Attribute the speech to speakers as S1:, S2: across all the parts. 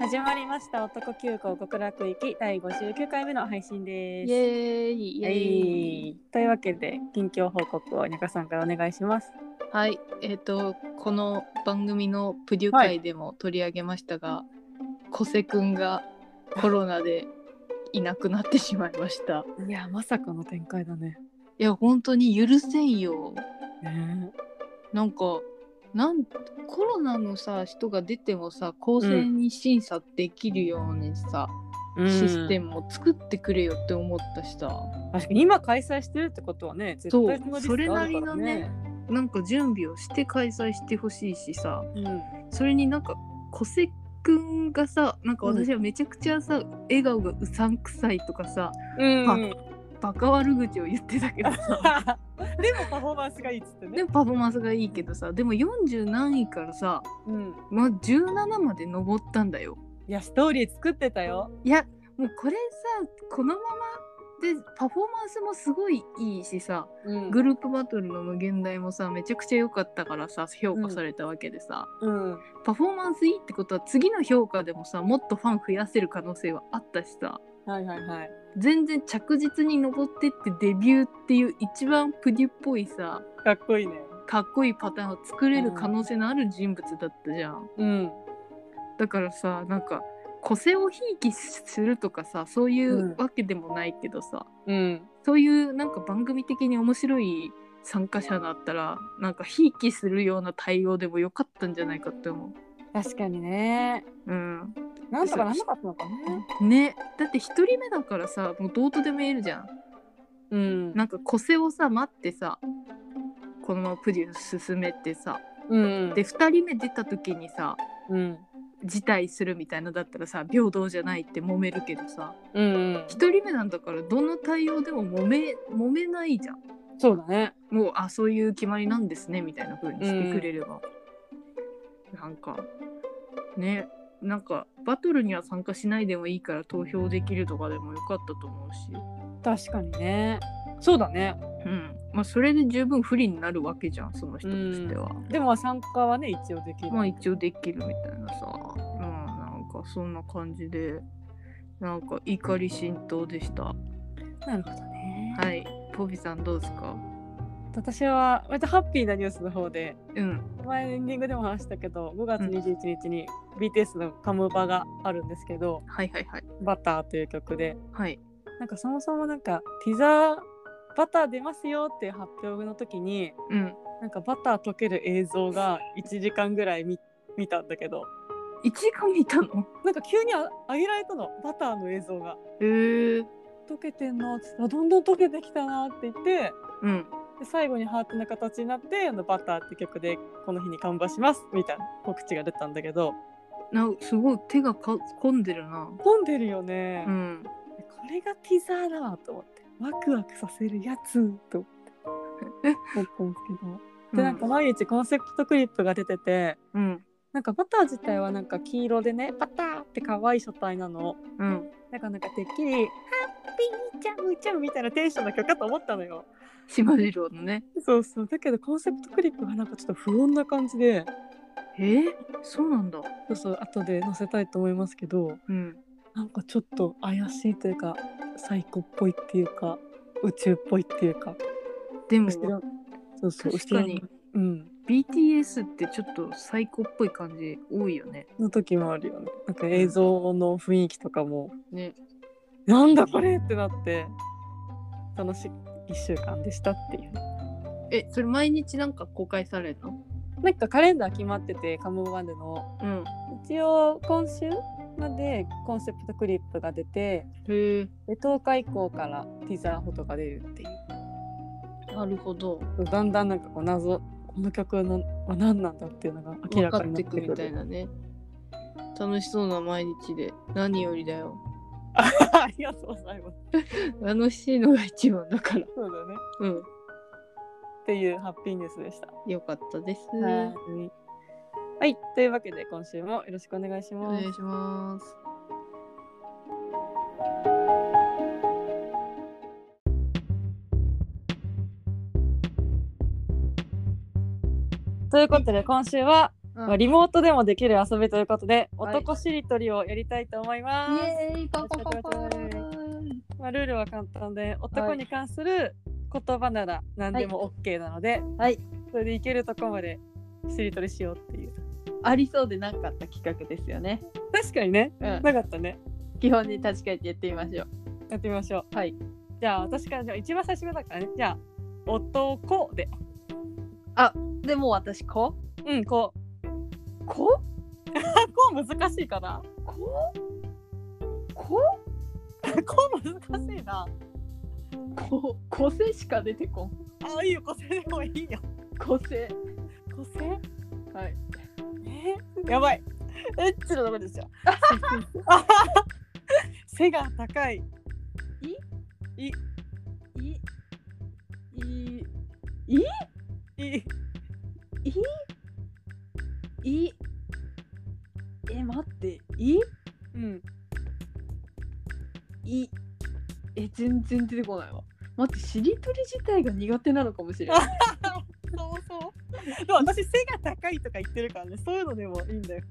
S1: 始まりました男急行極楽行き第59回目の配信で
S2: イ
S1: す
S2: エーイイエ
S1: は
S2: ーイ、
S1: い、というわけで近況報告をにゃかさんからお願いします
S2: はいえっ、とこの番組のプデュ会でも取り上げましたが、小瀬くんがコロナでいなくなってしまいま した
S1: いやまさかの展開だね
S2: いや本当に許せんよ
S1: ね
S2: なんかなんコロナのさ人が出てもさ公正に審査できるようにさ、
S1: え
S2: システムを作ってくれよって思ったしさ、
S1: 確かに今開催してるってことはね絶対のリスク
S2: そうそれなり
S1: あるから
S2: のねなんか準備をして開催してほしいしさ
S1: うん
S2: それになんか小瀬くんがさなんか私はめちゃくちゃさ、笑顔がうさんくさいとかさ
S1: うん、
S2: バカ悪口を言ってたけどさ
S1: でもパフォーマンスがいいっつってね
S2: でもパフォーマンスがいいけどさでも40何位からさ、
S1: うん
S2: まあ、17まで上ったんだよ。
S1: いやストーリー作ってたよ
S2: いやもうこれさこのままでパフォーマンスもすごいいいしさ
S1: うん
S2: グループバトルの無限大もさめちゃくちゃ良かったからさ評価されたわけでさ、
S1: うん
S2: パフォーマンスいいってことは次の評価でもさもっとファン増やせる可能性はあったしさ
S1: はいはいはい
S2: 全然着実に登ってってデビューっていう一番プデュっぽいさ
S1: かっこいいね
S2: かっこいいパターンを作れる可能性のある人物だったじゃん、
S1: うん
S2: だからさなんか個性をひいきするとかさそういうわけでもないけどさ、
S1: うん
S2: そういうなんか番組的に面白い参加者だったらなんかひいきするような対応でもよかったんじゃないかって思
S1: 確かにね
S2: う。うん、
S1: なんとかなんなかったのかね
S2: ねだって1人目だからさもうどうとでも言えるじゃん。
S1: うん
S2: なんか個性をさ待ってさこのままプデュー進めてさ
S1: うん
S2: で2人目出た時にさ
S1: うん
S2: 辞退するみたいなだったらさ平等じゃないって揉めるけどさ
S1: うん
S2: 1人目なんだからどの対応でも揉め揉めないじゃん。
S1: そうだね
S2: もうあそういう決まりなんですねみたいな風にしてくれれば、なんかねなんかバトルには参加しないでもいいから投票できるとかでもよかったと思うし、
S1: 確かにねそうだね
S2: うんまあ、それで十分不利になるわけじゃんその人としては、
S1: でも参加はね一応できる、
S2: まあ一応できるみたいなさうんなんかそんな感じでなんか怒り浸透でしたは
S1: なるほどね、
S2: いポフィさんどうですか
S1: 私は割とハッピーなニュースの方で
S2: うん
S1: 前エンディングでも話したけど5月21日に BTS のカムバがあるんですけど
S2: はいはいはい
S1: 「バターという曲で
S2: はい
S1: なんかそもそもなんかティザーバター出ますよっていう発表の時に
S2: うん
S1: なんかバター溶ける映像が1時間ぐらい見見たんだけど
S2: 1時間見たの
S1: なんか急にあ上げられたのバターの映像が
S2: へえ
S1: 溶けてんなっつってあどんどん溶けてきたなって言って
S2: うん
S1: で最後にハートの形になって「あのバター」って曲でこの日に完売しますみたいな告知が出たんだけど
S2: なすごい手がか込んでるな。
S1: 混んでるよね、
S2: うん。
S1: これがティザーだわと思ってワクワクさせるやつと思って思ったんですけどでなんか毎日コンセプトクリップが出てて
S2: うん
S1: なんかバター自体はなんか黄色でねバターって可愛い書体なの
S2: うん。
S1: だからなんかてっきり「ハッピーちゃむちゃむ」みたいなテンションの曲かと思ったのよ
S2: しまじろうのね。
S1: そうそうだけどコンセプトクリップがなんかちょっと不穏な感じで
S2: えー、そうなんだ。
S1: そうそう後で載せたいと思いますけど
S2: うん。
S1: なんかちょっと怪しいというかサイコっぽいっていうか宇宙っぽいっていうか
S2: でも
S1: 後ろそうそう
S2: 確かに
S1: 後ろのうん
S2: BTS ってちょっと最高っぽい感じ多いよね。
S1: の時もあるよねなんか映像の雰囲気とかも
S2: ね。
S1: なんだこれってなって楽しい1週間でしたっていう
S2: えそれ毎日なんか公開されるの？
S1: なんかカレンダー決まっててカムバンでの
S2: うん。
S1: 一応今週までコンセプトクリップが出て
S2: へえ。
S1: で10日以降からティザーフォトが出るっていう
S2: なるほど。
S1: だんだんなんかこう謎この曲のは何なんだっていうのが明
S2: 分
S1: ら
S2: か
S1: かに
S2: っ
S1: なってて
S2: く
S1: くる
S2: みたいなね。楽しそうな毎日で何よりだよ。
S1: ありがとうございます
S2: 楽しいのが一番だから。
S1: そうだね
S2: うん。
S1: っていうハッピーニュースでした
S2: よかったです。
S1: はいはいというわけで今週もよろしくお願いし
S2: お
S1: ま
S2: 願
S1: す
S2: いします。
S1: ということで今週は
S2: うん
S1: まあリモートでもできる遊びということで、
S2: はい
S1: 男しりとりをやりたいと思います。
S2: イエーイパンパンパンパン
S1: まあ、ルールは簡単で、男に関する言葉なら何でも OK なので、
S3: はい
S1: それでいけるとこまでしりとりしようっていう。
S3: ありそうでなかった企画ですよね。
S1: 確かにね、
S3: うん
S1: なかったね。
S3: 基本に立ち返ってやってみましょ
S1: やってみましょう。
S3: う。はい。
S1: じゃあ、私からじゃあ一番最初だからね。じゃあ、男で。
S3: でも私こ
S1: うん、こう。
S3: こ
S1: こう難しいかな。
S3: ここ
S1: こう難しいな。
S3: こ個性しか出てこん。
S1: あ、いいよ、個性でもいいよ。
S3: 個性。
S1: 個性
S3: はい。
S1: えやばい。エッチのダメ ですよ。 背が高い。
S3: いい
S1: いい
S3: いいえ待ってい
S1: うん。
S3: いえ全然出てこないわ。待ってしりとり自体が苦手なのかもしれない。
S1: そうそう。でも私背が高いとか言ってるからね、そういうのでもいいんだよ。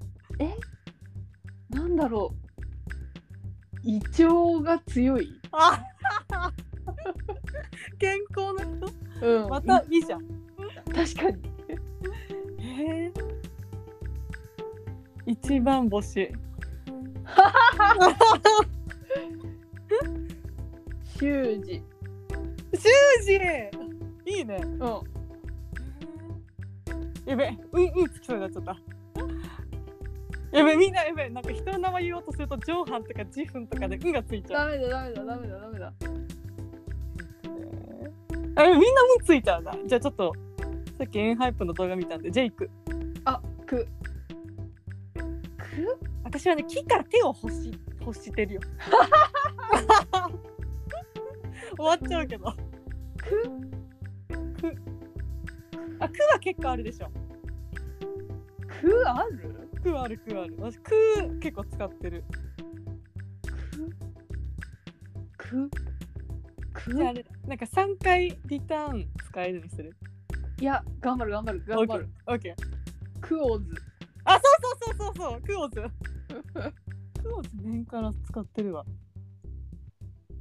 S3: なんだろう胃腸が強い。
S1: あ健康な人
S3: うん
S1: またいいじゃん。
S3: 確かに。
S1: えー、一番星。
S3: 習字。
S1: 富士いいね。
S3: うん。
S1: やべえ、うんうんつきそうになっちゃった。やべえ、みんなやべえ、なんか人の名前言おうとすると、上半とかジフンとかでうんがついちゃ
S3: ダ
S1: う。
S3: メだダメだダメだダメだ。
S1: あみんなうんついちゃうな。じゃあちょっと、さっきエンハイプの動画見たんで、ジェイク。
S3: あく。く
S1: 私はね木から手を欲し欲してるよ 終わっちゃうけど
S3: く
S1: あ区は結構あるでしょ
S3: くある
S1: 区ある区ある私区結構使ってる
S3: くく
S1: じゃああれなんか三回リターン使えるにする
S3: いや頑張る頑張る頑張る。
S1: オッケーオッケー
S3: クオズ。
S1: あそうそうそうそうそうクオ ズクオズ年から使ってるわ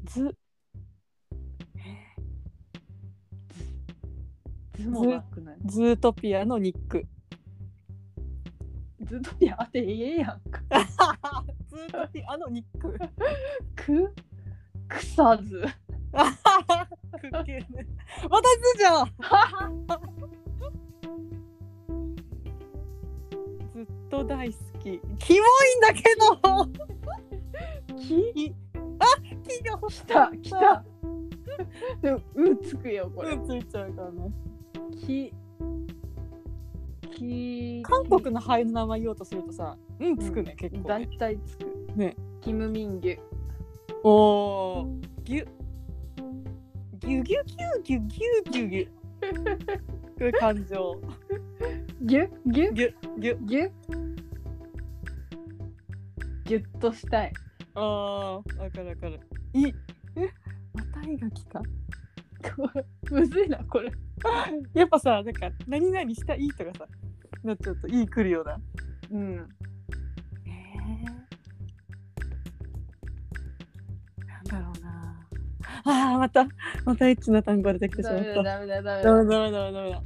S1: ず
S3: ズもなくない。
S1: ズートピアのニック
S3: ずっとやってええやんか。
S1: ズートピアのニック
S3: く草 ず。
S1: クッキーねまたズじゃんずっと大好き。キモいんだけど。
S3: き
S1: 木が欲し
S3: きたきた。でもうつくよこ
S1: う
S3: れ。
S1: んついちゃうからね。
S3: きき
S1: 韓国の俳優の名前言おうとするとさ、うんつくね、結構
S3: 大
S1: ね。
S3: 体つく。
S1: ね。
S3: キムミンギュ。
S1: おお。ぎゅ。ぎゅぎゅぎゅぎゅぎゅぎゅぎ ゅ。これ感情。
S3: ギュギュ
S1: ぎゅぎゅ。
S3: ギュギュッとしたい。
S1: ああ、わかるわかる。い。えまたいが来た。
S3: むずいなこれ。
S1: やっぱさ、なんか、何々したいとかさ、なっちゃうと、いい来るような。
S3: うん。
S1: えー、なんだろうな。ああ、また、またエッチな単語が出てきてし
S3: ダ
S1: まっ
S3: メだ
S1: た。
S3: ダメだダメ
S1: ダメ。
S3: だ
S1: ダメダメダメだ。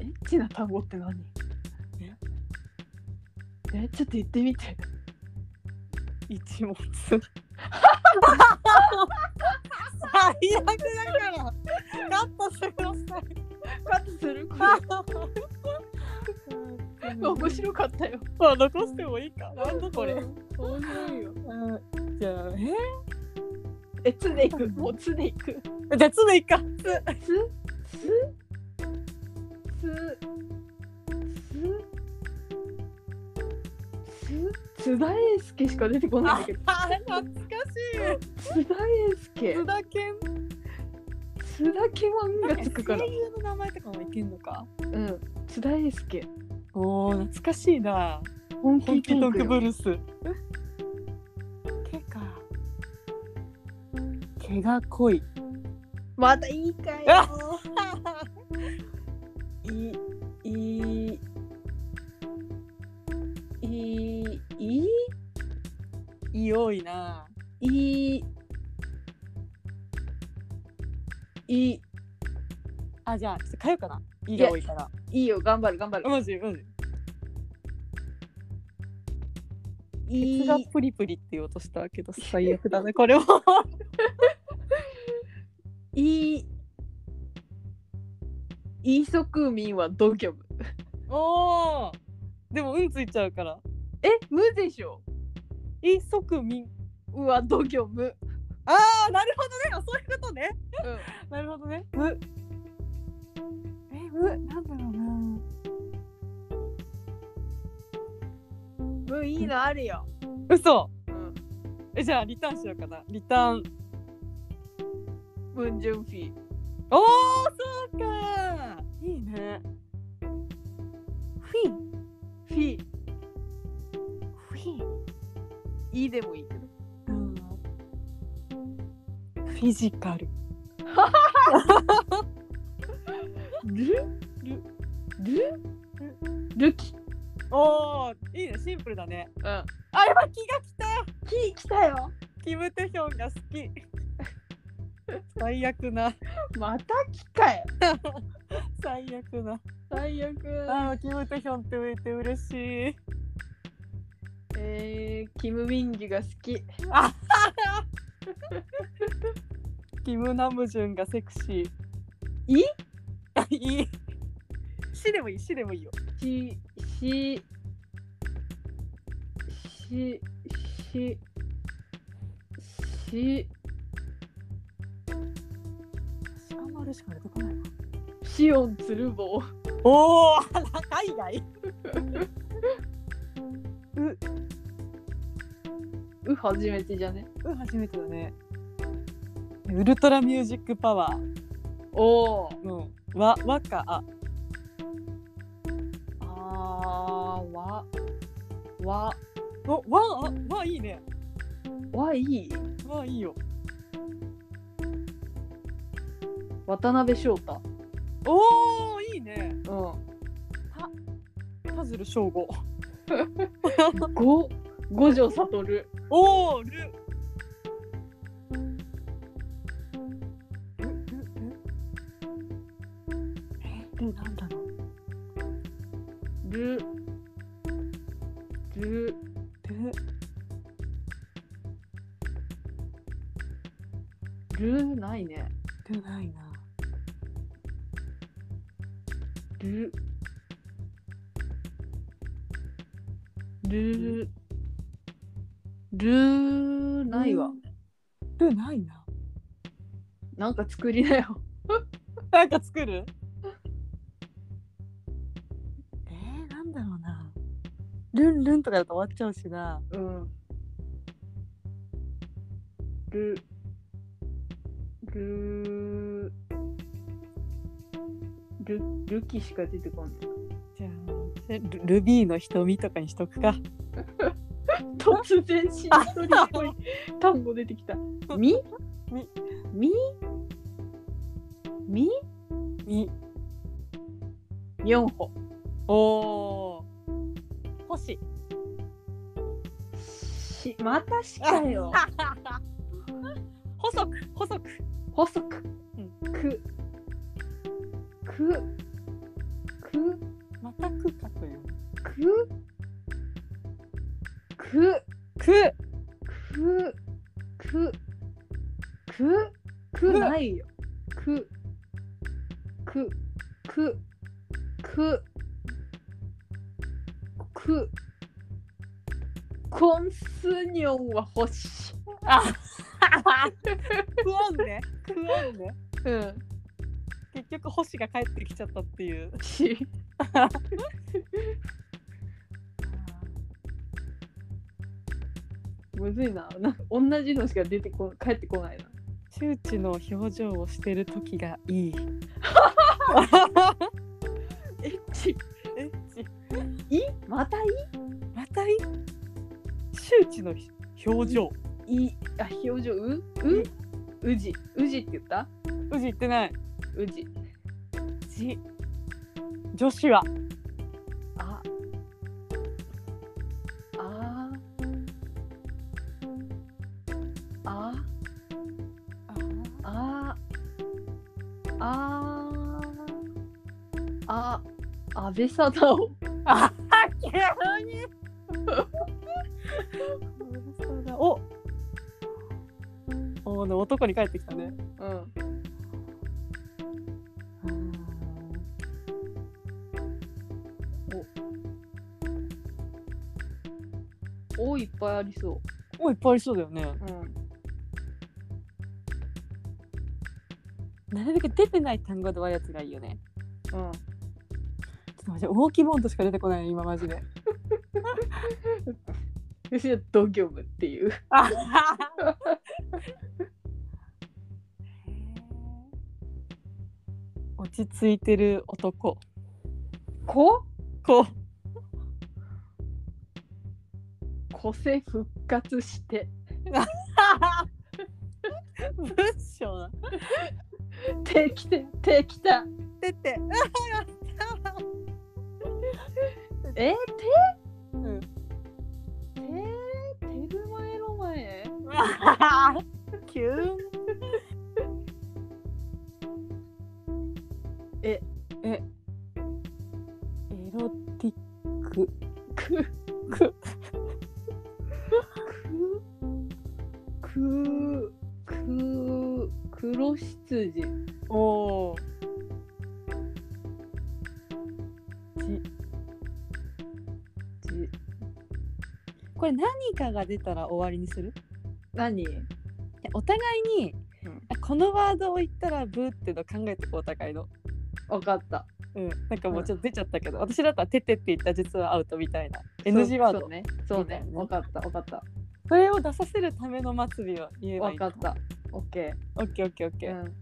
S3: エッチな単語って何？
S1: え
S3: えちょっと言ってみて。
S1: 一物。 最悪だから。カットしてくださ
S3: カットするこ
S1: い。
S3: れ。面白かったよ。
S1: まあ、残してもいいか。なんだこれ。
S3: 面白いよ。
S1: うん、じゃあ、え
S3: えつでいく。 もうつでいく。
S1: ー、じゃあ、つでいっか。つ。
S3: つつつつつ津田英介しか出てこないんだけど。
S1: あ懐かし
S3: 津田英
S1: い。
S3: 介
S1: 津。田健。
S3: 津田健は運がつくから
S1: 声。優の名前とかもいけんのか。
S3: うん。津田英介。
S1: おお、懐かしいな。
S3: 本
S1: 本
S3: 気
S1: 気
S3: ト
S1: ト
S3: ー
S1: ー
S3: ク
S1: ク
S3: よ
S1: ブルース。毛か。毛が濃い。
S3: またいいか
S1: あ
S3: いいい
S1: 遠いな。
S3: いいい
S1: あ、じゃあ、ちょっと変えようかな。いが多いから。
S3: いいよ頑張る頑張る
S1: マジ、マジ。
S3: い
S1: 鉄
S3: い
S1: がプリプリって言おうとしたけど、最悪だね、これは。
S3: いいイーソクミンはドキョブ
S1: おお。でも、うんついちゃうから。
S3: え無でしょ
S1: いそくみん。
S3: うわドキョブ
S1: ああ、なるほどね。あそういうことね。
S3: うん
S1: なるほどね。む。え、む、なんだろうな。
S3: うんいいのあるよ。
S1: 嘘。
S3: うん。
S1: え、じゃあ、リターンしようかな。リターン。
S3: ムンジュンフィ。
S1: おお、そうか。いいね。フィン、
S3: フィ。
S1: フィン。
S3: いいでもいいけど。
S1: うん。フィジカル。
S3: ルルルルキ。
S1: おお、いいね。シンプルだね。
S3: うん。
S1: あ、やばい、気が来た。
S3: キ来たよ。
S1: キムテヒョンが好き。最悪な。
S3: またキかよ。
S1: 最悪な。
S3: 最悪。
S1: あー、キムテヒョンって言えて嬉しい。
S3: えー、キム・ミンギュが好き。
S1: キムナムジュンがセクシー。
S3: い
S1: あい い。しでもいい、しでもいいよ。
S3: し、し、し、し、し、
S1: 捕まるしか出てこない。
S3: シオン・ツルボー。
S1: おお、海外。う、
S3: う、初めてじゃね。
S1: う初めてだね。ウルトラミュージックパワー。
S3: おー。
S1: うん。わ、わか、あ、
S3: あー、わ、わ、
S1: お、わ、あわ、いいね。
S3: わ、いい
S1: わ、いいよ。
S3: 渡辺翔太。
S1: おお、いいね。
S3: う
S1: パズル称 号。
S3: ん。五五条悟。
S1: おお、る。る、る、る。なんだろう。
S3: ル。ル。
S1: る、
S3: ルないね。
S1: るないな。
S3: ル。ル。ルないわ。
S1: るないな。
S3: なんか作りなよ。
S1: なんか作るえー、なんだろうな。ルンルンとかだと終わっちゃうしな。
S3: うん。ル。ル。ル、ルキしか出てこない。
S1: じゃあ、ルルビーの瞳とかにしとくか。
S3: 突然しっとりっぽい単語出てきた。み
S1: み
S3: みみ
S1: み。
S3: 四歩。
S1: おー。星。
S3: しまたしかよ。
S1: 細く、細く。
S3: 細く
S1: う。
S3: く。く。く。
S1: またくかという。
S3: く。く。
S1: く。
S3: く。く。く。くないよ。く。く。く。く。く。コンスニョンは星。
S1: クオンね。クオンね。
S3: うん。
S1: 結局星が帰ってきちゃったっていう。
S3: し。むずいな。なんか同じのしか出てこ、帰ってこないな。
S1: 周知の表情をしてる時がいい。
S3: えっち。
S1: え
S3: いまたい
S1: またい周知の表情。
S3: いあ、表情、うううじ。うじって言った
S1: うじ言ってない。
S3: うじ。
S1: じ。女子は。
S3: 아.あ。あー。 아. 아.安倍サダを
S1: あ急に おおの男に帰ってきたね。
S3: うんおいっぱいありそ
S1: おいっぱいありそうだよね。
S3: う、うん、
S1: なるべく出てない単語で終わるやつがいいよね。
S3: うん、
S1: ちょっとマジ大きいボンドしか出てこないよ今マジで。
S3: 私はドギョムっていう
S1: あ 落ち着いてる男。
S3: 子
S1: こう
S3: 個性復活して
S1: 文章だ。
S3: できてできた
S1: 出て。
S3: え
S1: うん。
S3: てえー、テルマエロマエ
S1: キュン。え、え。エロティック。
S3: く
S1: く。
S3: くくく黒羊
S1: おお。じ、じ。これ何かが出たら終わりにする。
S3: 何
S1: でお互いに。
S3: うん
S1: あこのワードを言ったらブーっての考えてこうお互いの、
S3: わかった
S1: うん、なんかもううんちょっと出ちゃったけど、私だったら「テテ」って言ったら実はアウトみたいな
S3: そ
S1: NG
S3: う
S1: ワード
S3: そ
S1: そう
S3: ねそう
S1: みたい
S3: ね
S1: なね
S3: わかったわかった
S1: れを出させるための末尾を言えば
S3: わ
S1: いい
S3: かったオッケ
S1: オッケーオッケーオッケ
S3: ー、
S1: ー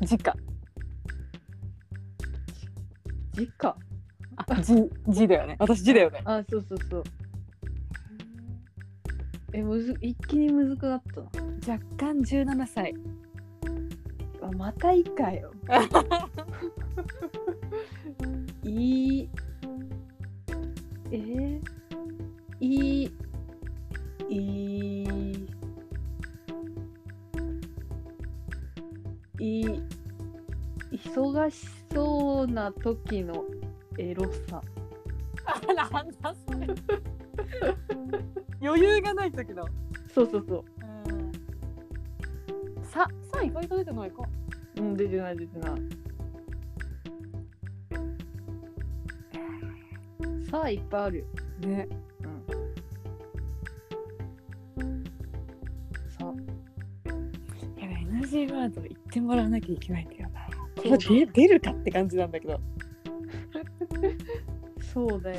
S3: うん、
S1: 時間
S3: 実家
S1: あじじだよね私じだよね
S3: あそうそうそうえむず一気にむずくなったな
S1: 若干17歳
S3: あまたいいかよいいえー、いいいいいい忙しそうな時のエロさ
S1: あらなんだそれ余裕がない時の
S3: そうそうそ
S1: ささ意外と出てないか
S3: ううん出てない出てないさあいっぱいあるよ
S1: ね
S3: さ
S1: やばい NG ワード言ってもらわなきゃいけないんだよな
S3: そうだ
S1: 出出るかって感じなんだけど
S3: そうだよ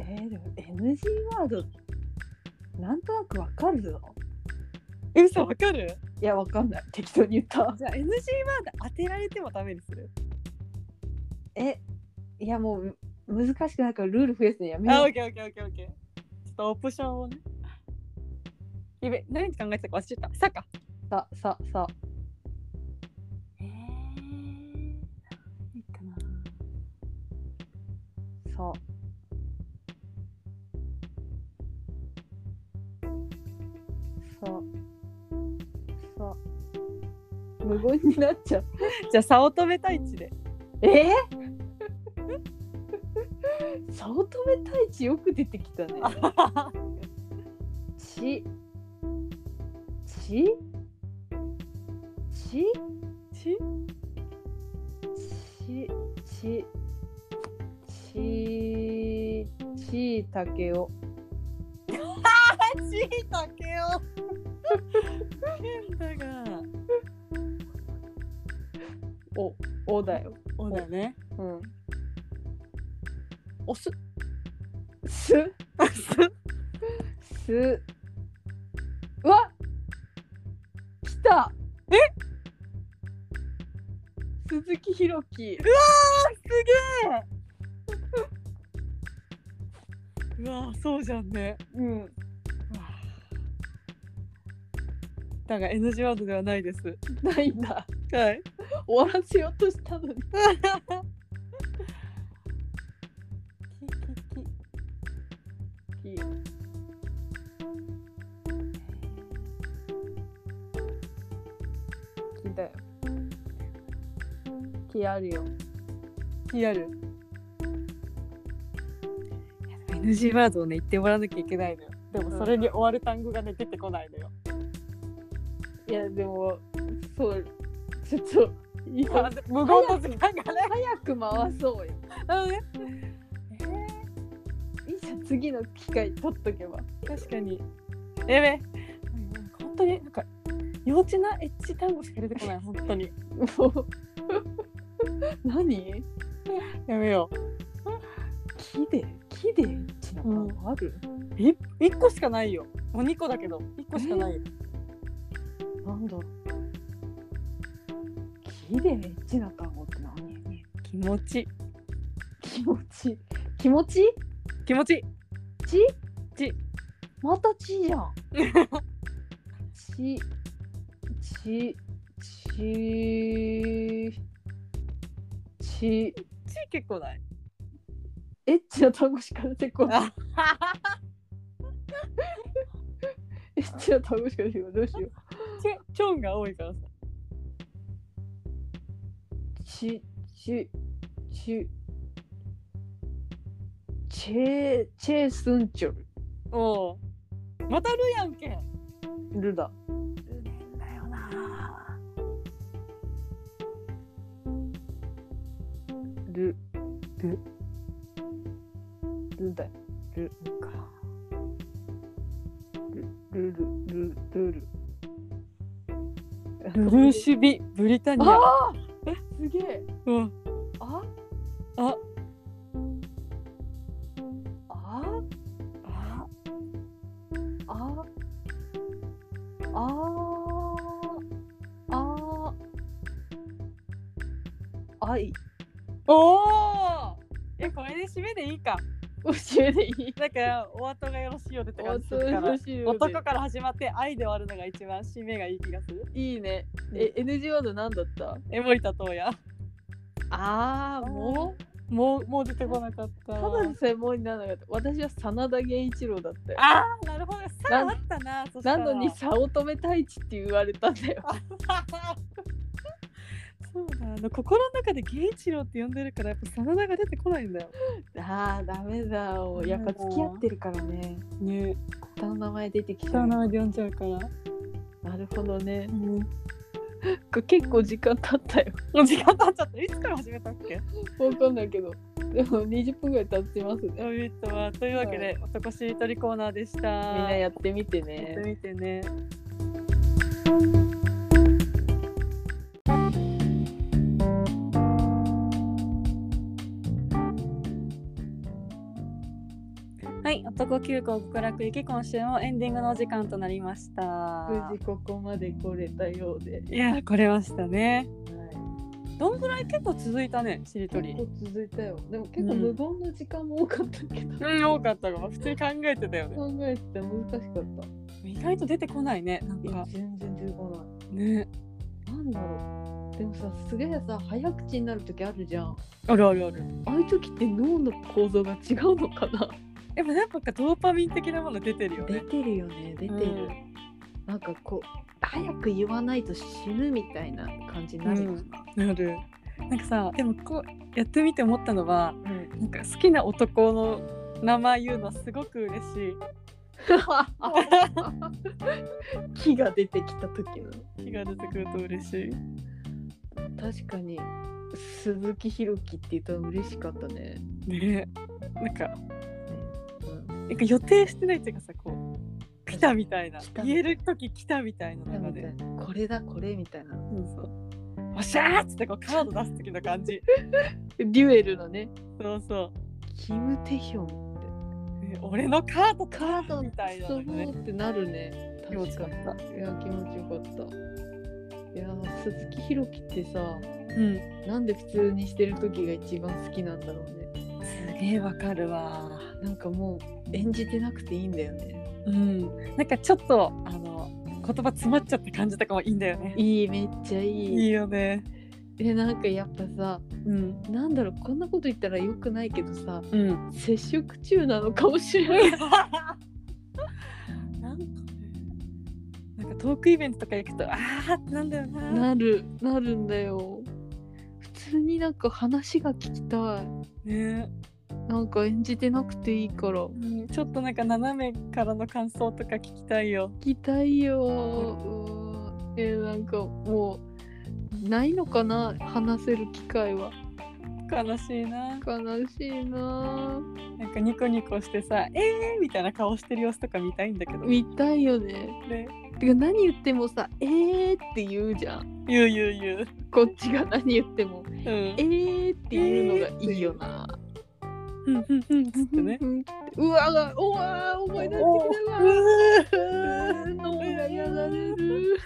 S3: えー、でも NG ワードなんとなくわかるぞ
S1: え嘘わかる
S3: いやわかんない適当に言った
S1: じゃあ NG ワード当てられてもダメにする
S3: えいやもうむ難しくないからルール増やすのやめ
S1: あ、
S3: よ
S1: オ
S3: う
S1: ッケーオッケーオッケーオッケー。ちょっとオプションをね。やべ、何考えてたか忘れちゃった。さか。
S3: さささ
S1: ええいいかな。
S3: さささ無言になっちゃう
S1: じゃあ、早乙女太一で。
S3: えー、早乙女太一よく出てきたねちちち
S1: ち、
S3: ちちちちいたけお
S1: ちいたけよ。健太が。
S3: おおだよ
S1: おだね。
S3: うん
S1: おす。
S3: す
S1: す。
S3: すうわ来たえ鈴木ひろ
S1: う
S3: き
S1: わあ、そうじゃんね。
S3: うん
S1: だから NG ワードではないです。
S3: ないんだ
S1: はい。
S3: 終わらせようとしたのにききだ気あるよ。
S1: 気ある NG ワードをね言ってもらわなきゃいけないのよでもそれに終わる単語がね出てこないのよ、
S3: いや、でも、そう、ちょっと、いや、
S1: 無言の時間がね
S3: 早く回そうよ。いいじゃん、次の機会取っとけば。
S1: 確かにやべ本当になんか幼稚なエッチ単語しか出てこない本当に
S3: もう、何
S1: やめよう
S3: 木で、木でエッチなのある、
S1: い1個しかないよもう2個だけど1個しかないよ
S3: なんだろう。木でエッチな単語って何
S1: 気持ち
S3: 気持ち。気持ち
S1: 気持ち
S3: ち
S1: ち
S3: またちじゃん。ち、ち、ち、ち、
S1: ち結構ない
S3: エッチな単語しか出てこない。エッチな単語しか出てこない。どうしよ
S1: ちチョンが多いからさ
S3: う。ち、ち、ち、チェ、チェスンチョ
S1: おおまたるやんけ
S3: ル、ルだ。
S1: だよな
S3: ル、ル、ルだよ。ル、ル、ル、ル、ル、ル。
S1: ルルーシュビブリタニア
S3: ああえすげえ
S1: うん
S3: あ
S1: あ
S3: あ
S1: あ
S3: ああああ愛
S1: おおえこれで締めでいいか
S3: 教えでいい
S1: なんかお後がよろしいよねって感じするから
S3: 男しいよね
S1: 男から始まって愛で終わるのが一番締めがいい気がする
S3: いいねえ NG ワードなんだった
S1: え森田東也
S3: ああも
S1: もも
S3: う
S1: うもう出てこなかった
S3: ただでさえもうにならなかった私は真田源一郎だったよ
S1: あーなるほどさあ
S3: な
S1: あったなそした
S3: な
S1: ら
S3: のに早乙女太一って言われたんだよ
S1: そうだあの心の中で源一郎って呼んでるからやっぱ真田が出てこないんだよ
S3: あーダメだよやっぱ付き合ってるからね
S1: ね
S3: 下の名前出てきちゃ
S1: 下の
S3: う
S1: 名前で呼んじゃうから、
S3: なるほどね
S1: うん、
S3: これ結構時間経ったよ
S1: もう時間経っちゃったいつから始めたっけ
S3: わかんないけどでも20分ぐらい経ってますね
S1: えっとはというわけで、男しりとりコーナーでしたみん
S3: みんな
S1: や
S3: やってみて
S1: って
S3: ね
S1: みてねはい、男急行極楽行き今週もエンディングのお時間となりました。
S3: 無事ここまで来れたようで、
S1: いやー、これましたね。
S3: は
S1: どんぐらい結構続いたね、しりと
S3: い、
S1: り
S3: 結。構続いたよでも結構無言の時間も多かったけど、
S1: うん、多かったかも。普通に考えてたよね。
S3: 考えてて難しかった
S1: 意外と出てこないね、なん
S3: いや
S1: か。
S3: 全然出てこな
S1: ね。
S3: いなんだろうでもさすげえさ早口になる時あるじゃん
S1: あるあるある。
S3: ああいう時って脳の構造が違うのかな
S1: やっぱなんかドーパミン的なもの出てるよ
S3: 出
S1: ね。
S3: てるよね出てる、
S1: うん
S3: なんかこう早く言わないと死ぬみたいな感じになるよね、
S1: なる。なんかさ、でもこうやってみて思ったのは、
S3: うん
S1: なんか好きな男の名前言うのはすごく嬉しい。
S3: 木が出てきた時の
S1: 気が出てくると嬉しい。
S3: 確かに鈴木ひろきって言ったら嬉しかったね、
S1: ねなんか、
S3: うん、
S1: なんか予定してないっていうかさ、こう。来たみたいな
S3: 来た
S1: 言える時来たみたいな
S3: な
S1: のが
S3: んか
S1: ね
S3: ねこれだこれみたいな
S1: そうそうおっしゃーっつってこうカード出す時の感 じ
S3: デュエルのね
S1: そうそ
S3: キム・テヒョン
S1: う、ね俺のカードカードみたいな
S3: そ
S1: の
S3: う
S1: がね
S3: ってなるね
S1: 気持ちよか
S3: に
S1: っ
S3: いや気持ちよかったいや鈴木ひろきってさ
S1: たうん
S3: なんで普通にしてる時が一番好きなんだろうね
S1: すげえわかるわ
S3: なんかもう演じてなくていいんだよね
S1: うん、なんかちょっとあの言葉詰まっちゃった感じとかもいいんだよね。
S3: いいめっちゃいい
S1: いいよね。
S3: でなんかやっぱさ
S1: うん、
S3: なんだろうこんなこと言ったらよくないけどさ
S1: うん。
S3: 接触中なのかもしれない
S1: なんかね、なんかトークイベントとか行くとああなんだよな。
S3: なるなるんだよ普通通になんか話が聞きたい
S1: ね、
S3: なんか演じてなくていいから聞
S1: うん、ちょっとなんか斜めからの感想とか聞きたいよ。
S3: きたいようんえなんかもうないのかな話せる機会は
S1: 悲しいな。
S3: 悲しいな
S1: なんかニコニコしてさ、えーみたいな顔してる様子とか見たいんだけど。
S3: 見たいよね
S1: ね
S3: てか何言ってもさ「えー」って言うじゃん
S1: 言う言う
S3: こっちが何言っても
S1: 言う。うん
S3: 「え。ー」っていうのがいいよな、
S1: うんうんうんつってね。
S3: うんうわうわ思い出して
S1: お
S3: きたわ
S1: ー
S3: 脳がやられる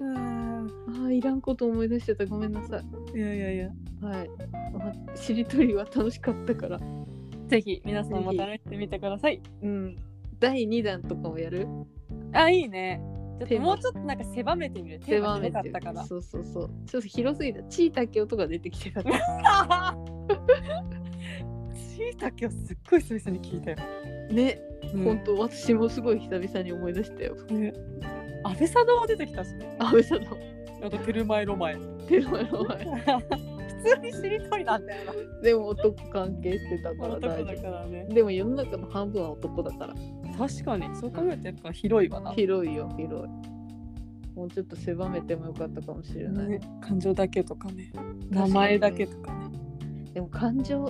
S1: うー
S3: あーいらんこと思い出しちゃったごめんなさい
S1: んいやいやいや。
S3: はい、ま、しりとりは楽しかったから
S1: ぜひ皆さんも試してみてください。
S3: うん第2弾とかをやる
S1: あいいね。ちょっ
S3: テ
S1: と
S3: ーマ
S1: もうちょっとなんか狭めてみる。テーマ
S3: 狭め
S1: 広かってたから。
S3: そうそうそうちょっと広すぎたチータケオとか出てきてたから
S1: しいたけをすっごい久々に聞いたよ。
S3: ね、
S1: うん
S3: 本当私もすごい久々に思い出したよ
S1: ね。安倍さんも出てきたしね。
S3: 安倍さんの
S1: あとテルマエロマエ。
S3: テロの前
S1: 普通にしりとりなんだ よな。
S3: でも男関係してたから
S1: 男
S3: 大丈
S1: だからね
S3: 夫。でも世の中の半分は男だから
S1: 確かに、そう考えてやっぱ広いわな。
S3: 広いよ広いもうちょっと狭めてもよかったかもしれない、
S1: ね感情だけとかね。
S3: か
S1: 名
S3: に
S1: 前だけとかね。
S3: でも感情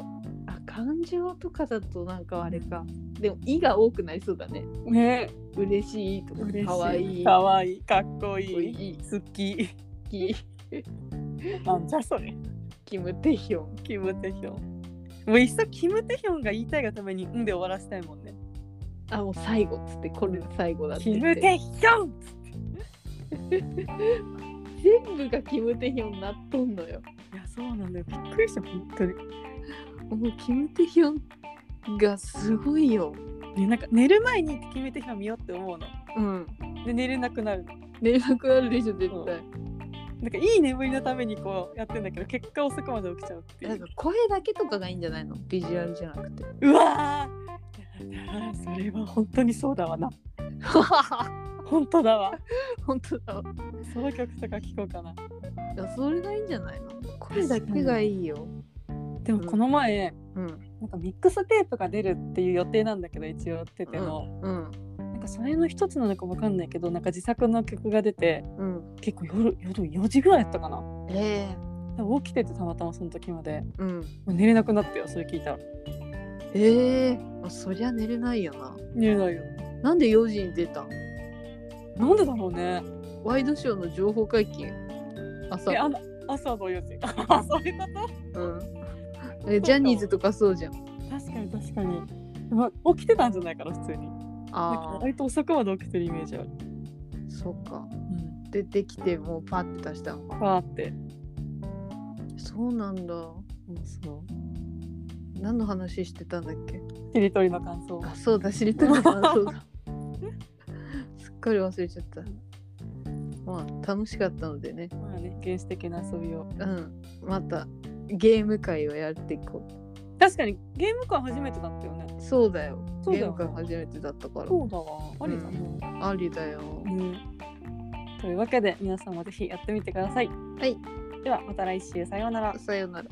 S3: あ感情とかだとなんかあれかでも「い」が多くなりそうだね
S1: ね。
S3: 嬉しいとか
S1: 嬉しい。
S3: かわいい
S1: かわいい。かっこ
S3: かっこ
S1: いい。
S3: いい
S1: 好き。
S3: キ
S1: なんじゃそれ。
S3: キム・テヒョン
S1: キムテヒョン。もういっそキムテヒョンが言いたいがために「ん」で終わらせたいもんね。
S3: あもう最後っつってこれ最後だって
S1: キ
S3: 言っ
S1: ム
S3: て
S1: テヒョン
S3: 全部がキム・テヒョンになっとんのよ
S1: いやそうなんだよ。びっくりした本当に。
S3: もうキム・テヒョンがすごいよ
S1: ねなんか寝る前にキムテヒョン見ようって思うの。
S3: うん
S1: で寝れなくなるの。
S3: 連絡あるでしょ絶対、
S1: なんかいい眠りのためにこうやってんだけど結果遅くまで起きちゃうってい
S3: なん
S1: う
S3: か。声だけとかがいいんじゃないのビジュアルじゃなくて
S1: うわーそれは本当にそうだわ な。本当だわ。
S3: 本当だわ
S1: その曲とか聞こうかな。
S3: いやそれがいいんじゃないの声だけがいいよ。
S1: でもこの前、
S3: うん。
S1: なんかミックステープが出るっていう予定なんだけど一応テテの、
S3: うん。
S1: なんかそれの一つなのかわかんないけどなんか自作の曲が出て
S3: うん。
S1: 結構夜夜4時ぐらいやったかな
S3: ええ
S1: でも起きててたまたまその時まで
S3: うん。
S1: もう寝れなくなったよそれ聞いたら
S3: ええあそりゃ寝れないよな。
S1: 寝れないよ
S3: なんで4時に出たん
S1: なんでだろうね
S3: ワイドショーの情報解禁朝
S1: え。あの朝の4時 あそういうこと
S3: うん。えジャニーズとかそうじゃん。
S1: 確かに確かに、ま、起きてたんじゃないから普通になんか
S3: ああ、
S1: 割と遅くまで起きてるイメージある
S3: そっか。
S1: うん
S3: 出てきてもうパッて出したのか。
S1: パーって
S3: そうなんだ。
S1: そうそう
S3: 何の話してたんだっけ
S1: しりとりの感想
S3: あ、そうだ、知り たいな。そうだ。すっかり忘れちゃった。まあ、楽しかったのでね。
S1: まあね原始的な遊びを
S3: うん、またゲーム会をやっていこ
S1: 確かにゲーム館初めてだったよね
S3: う。そうだよ。
S1: そうだ
S3: ゲー
S1: よ
S3: ム会初めてだったから。
S1: そうだわありだね、
S3: ありだよ。
S1: うんというわけで皆さんもぜひやってみてください
S3: い
S1: ではまた来週さようなら
S3: さようなら。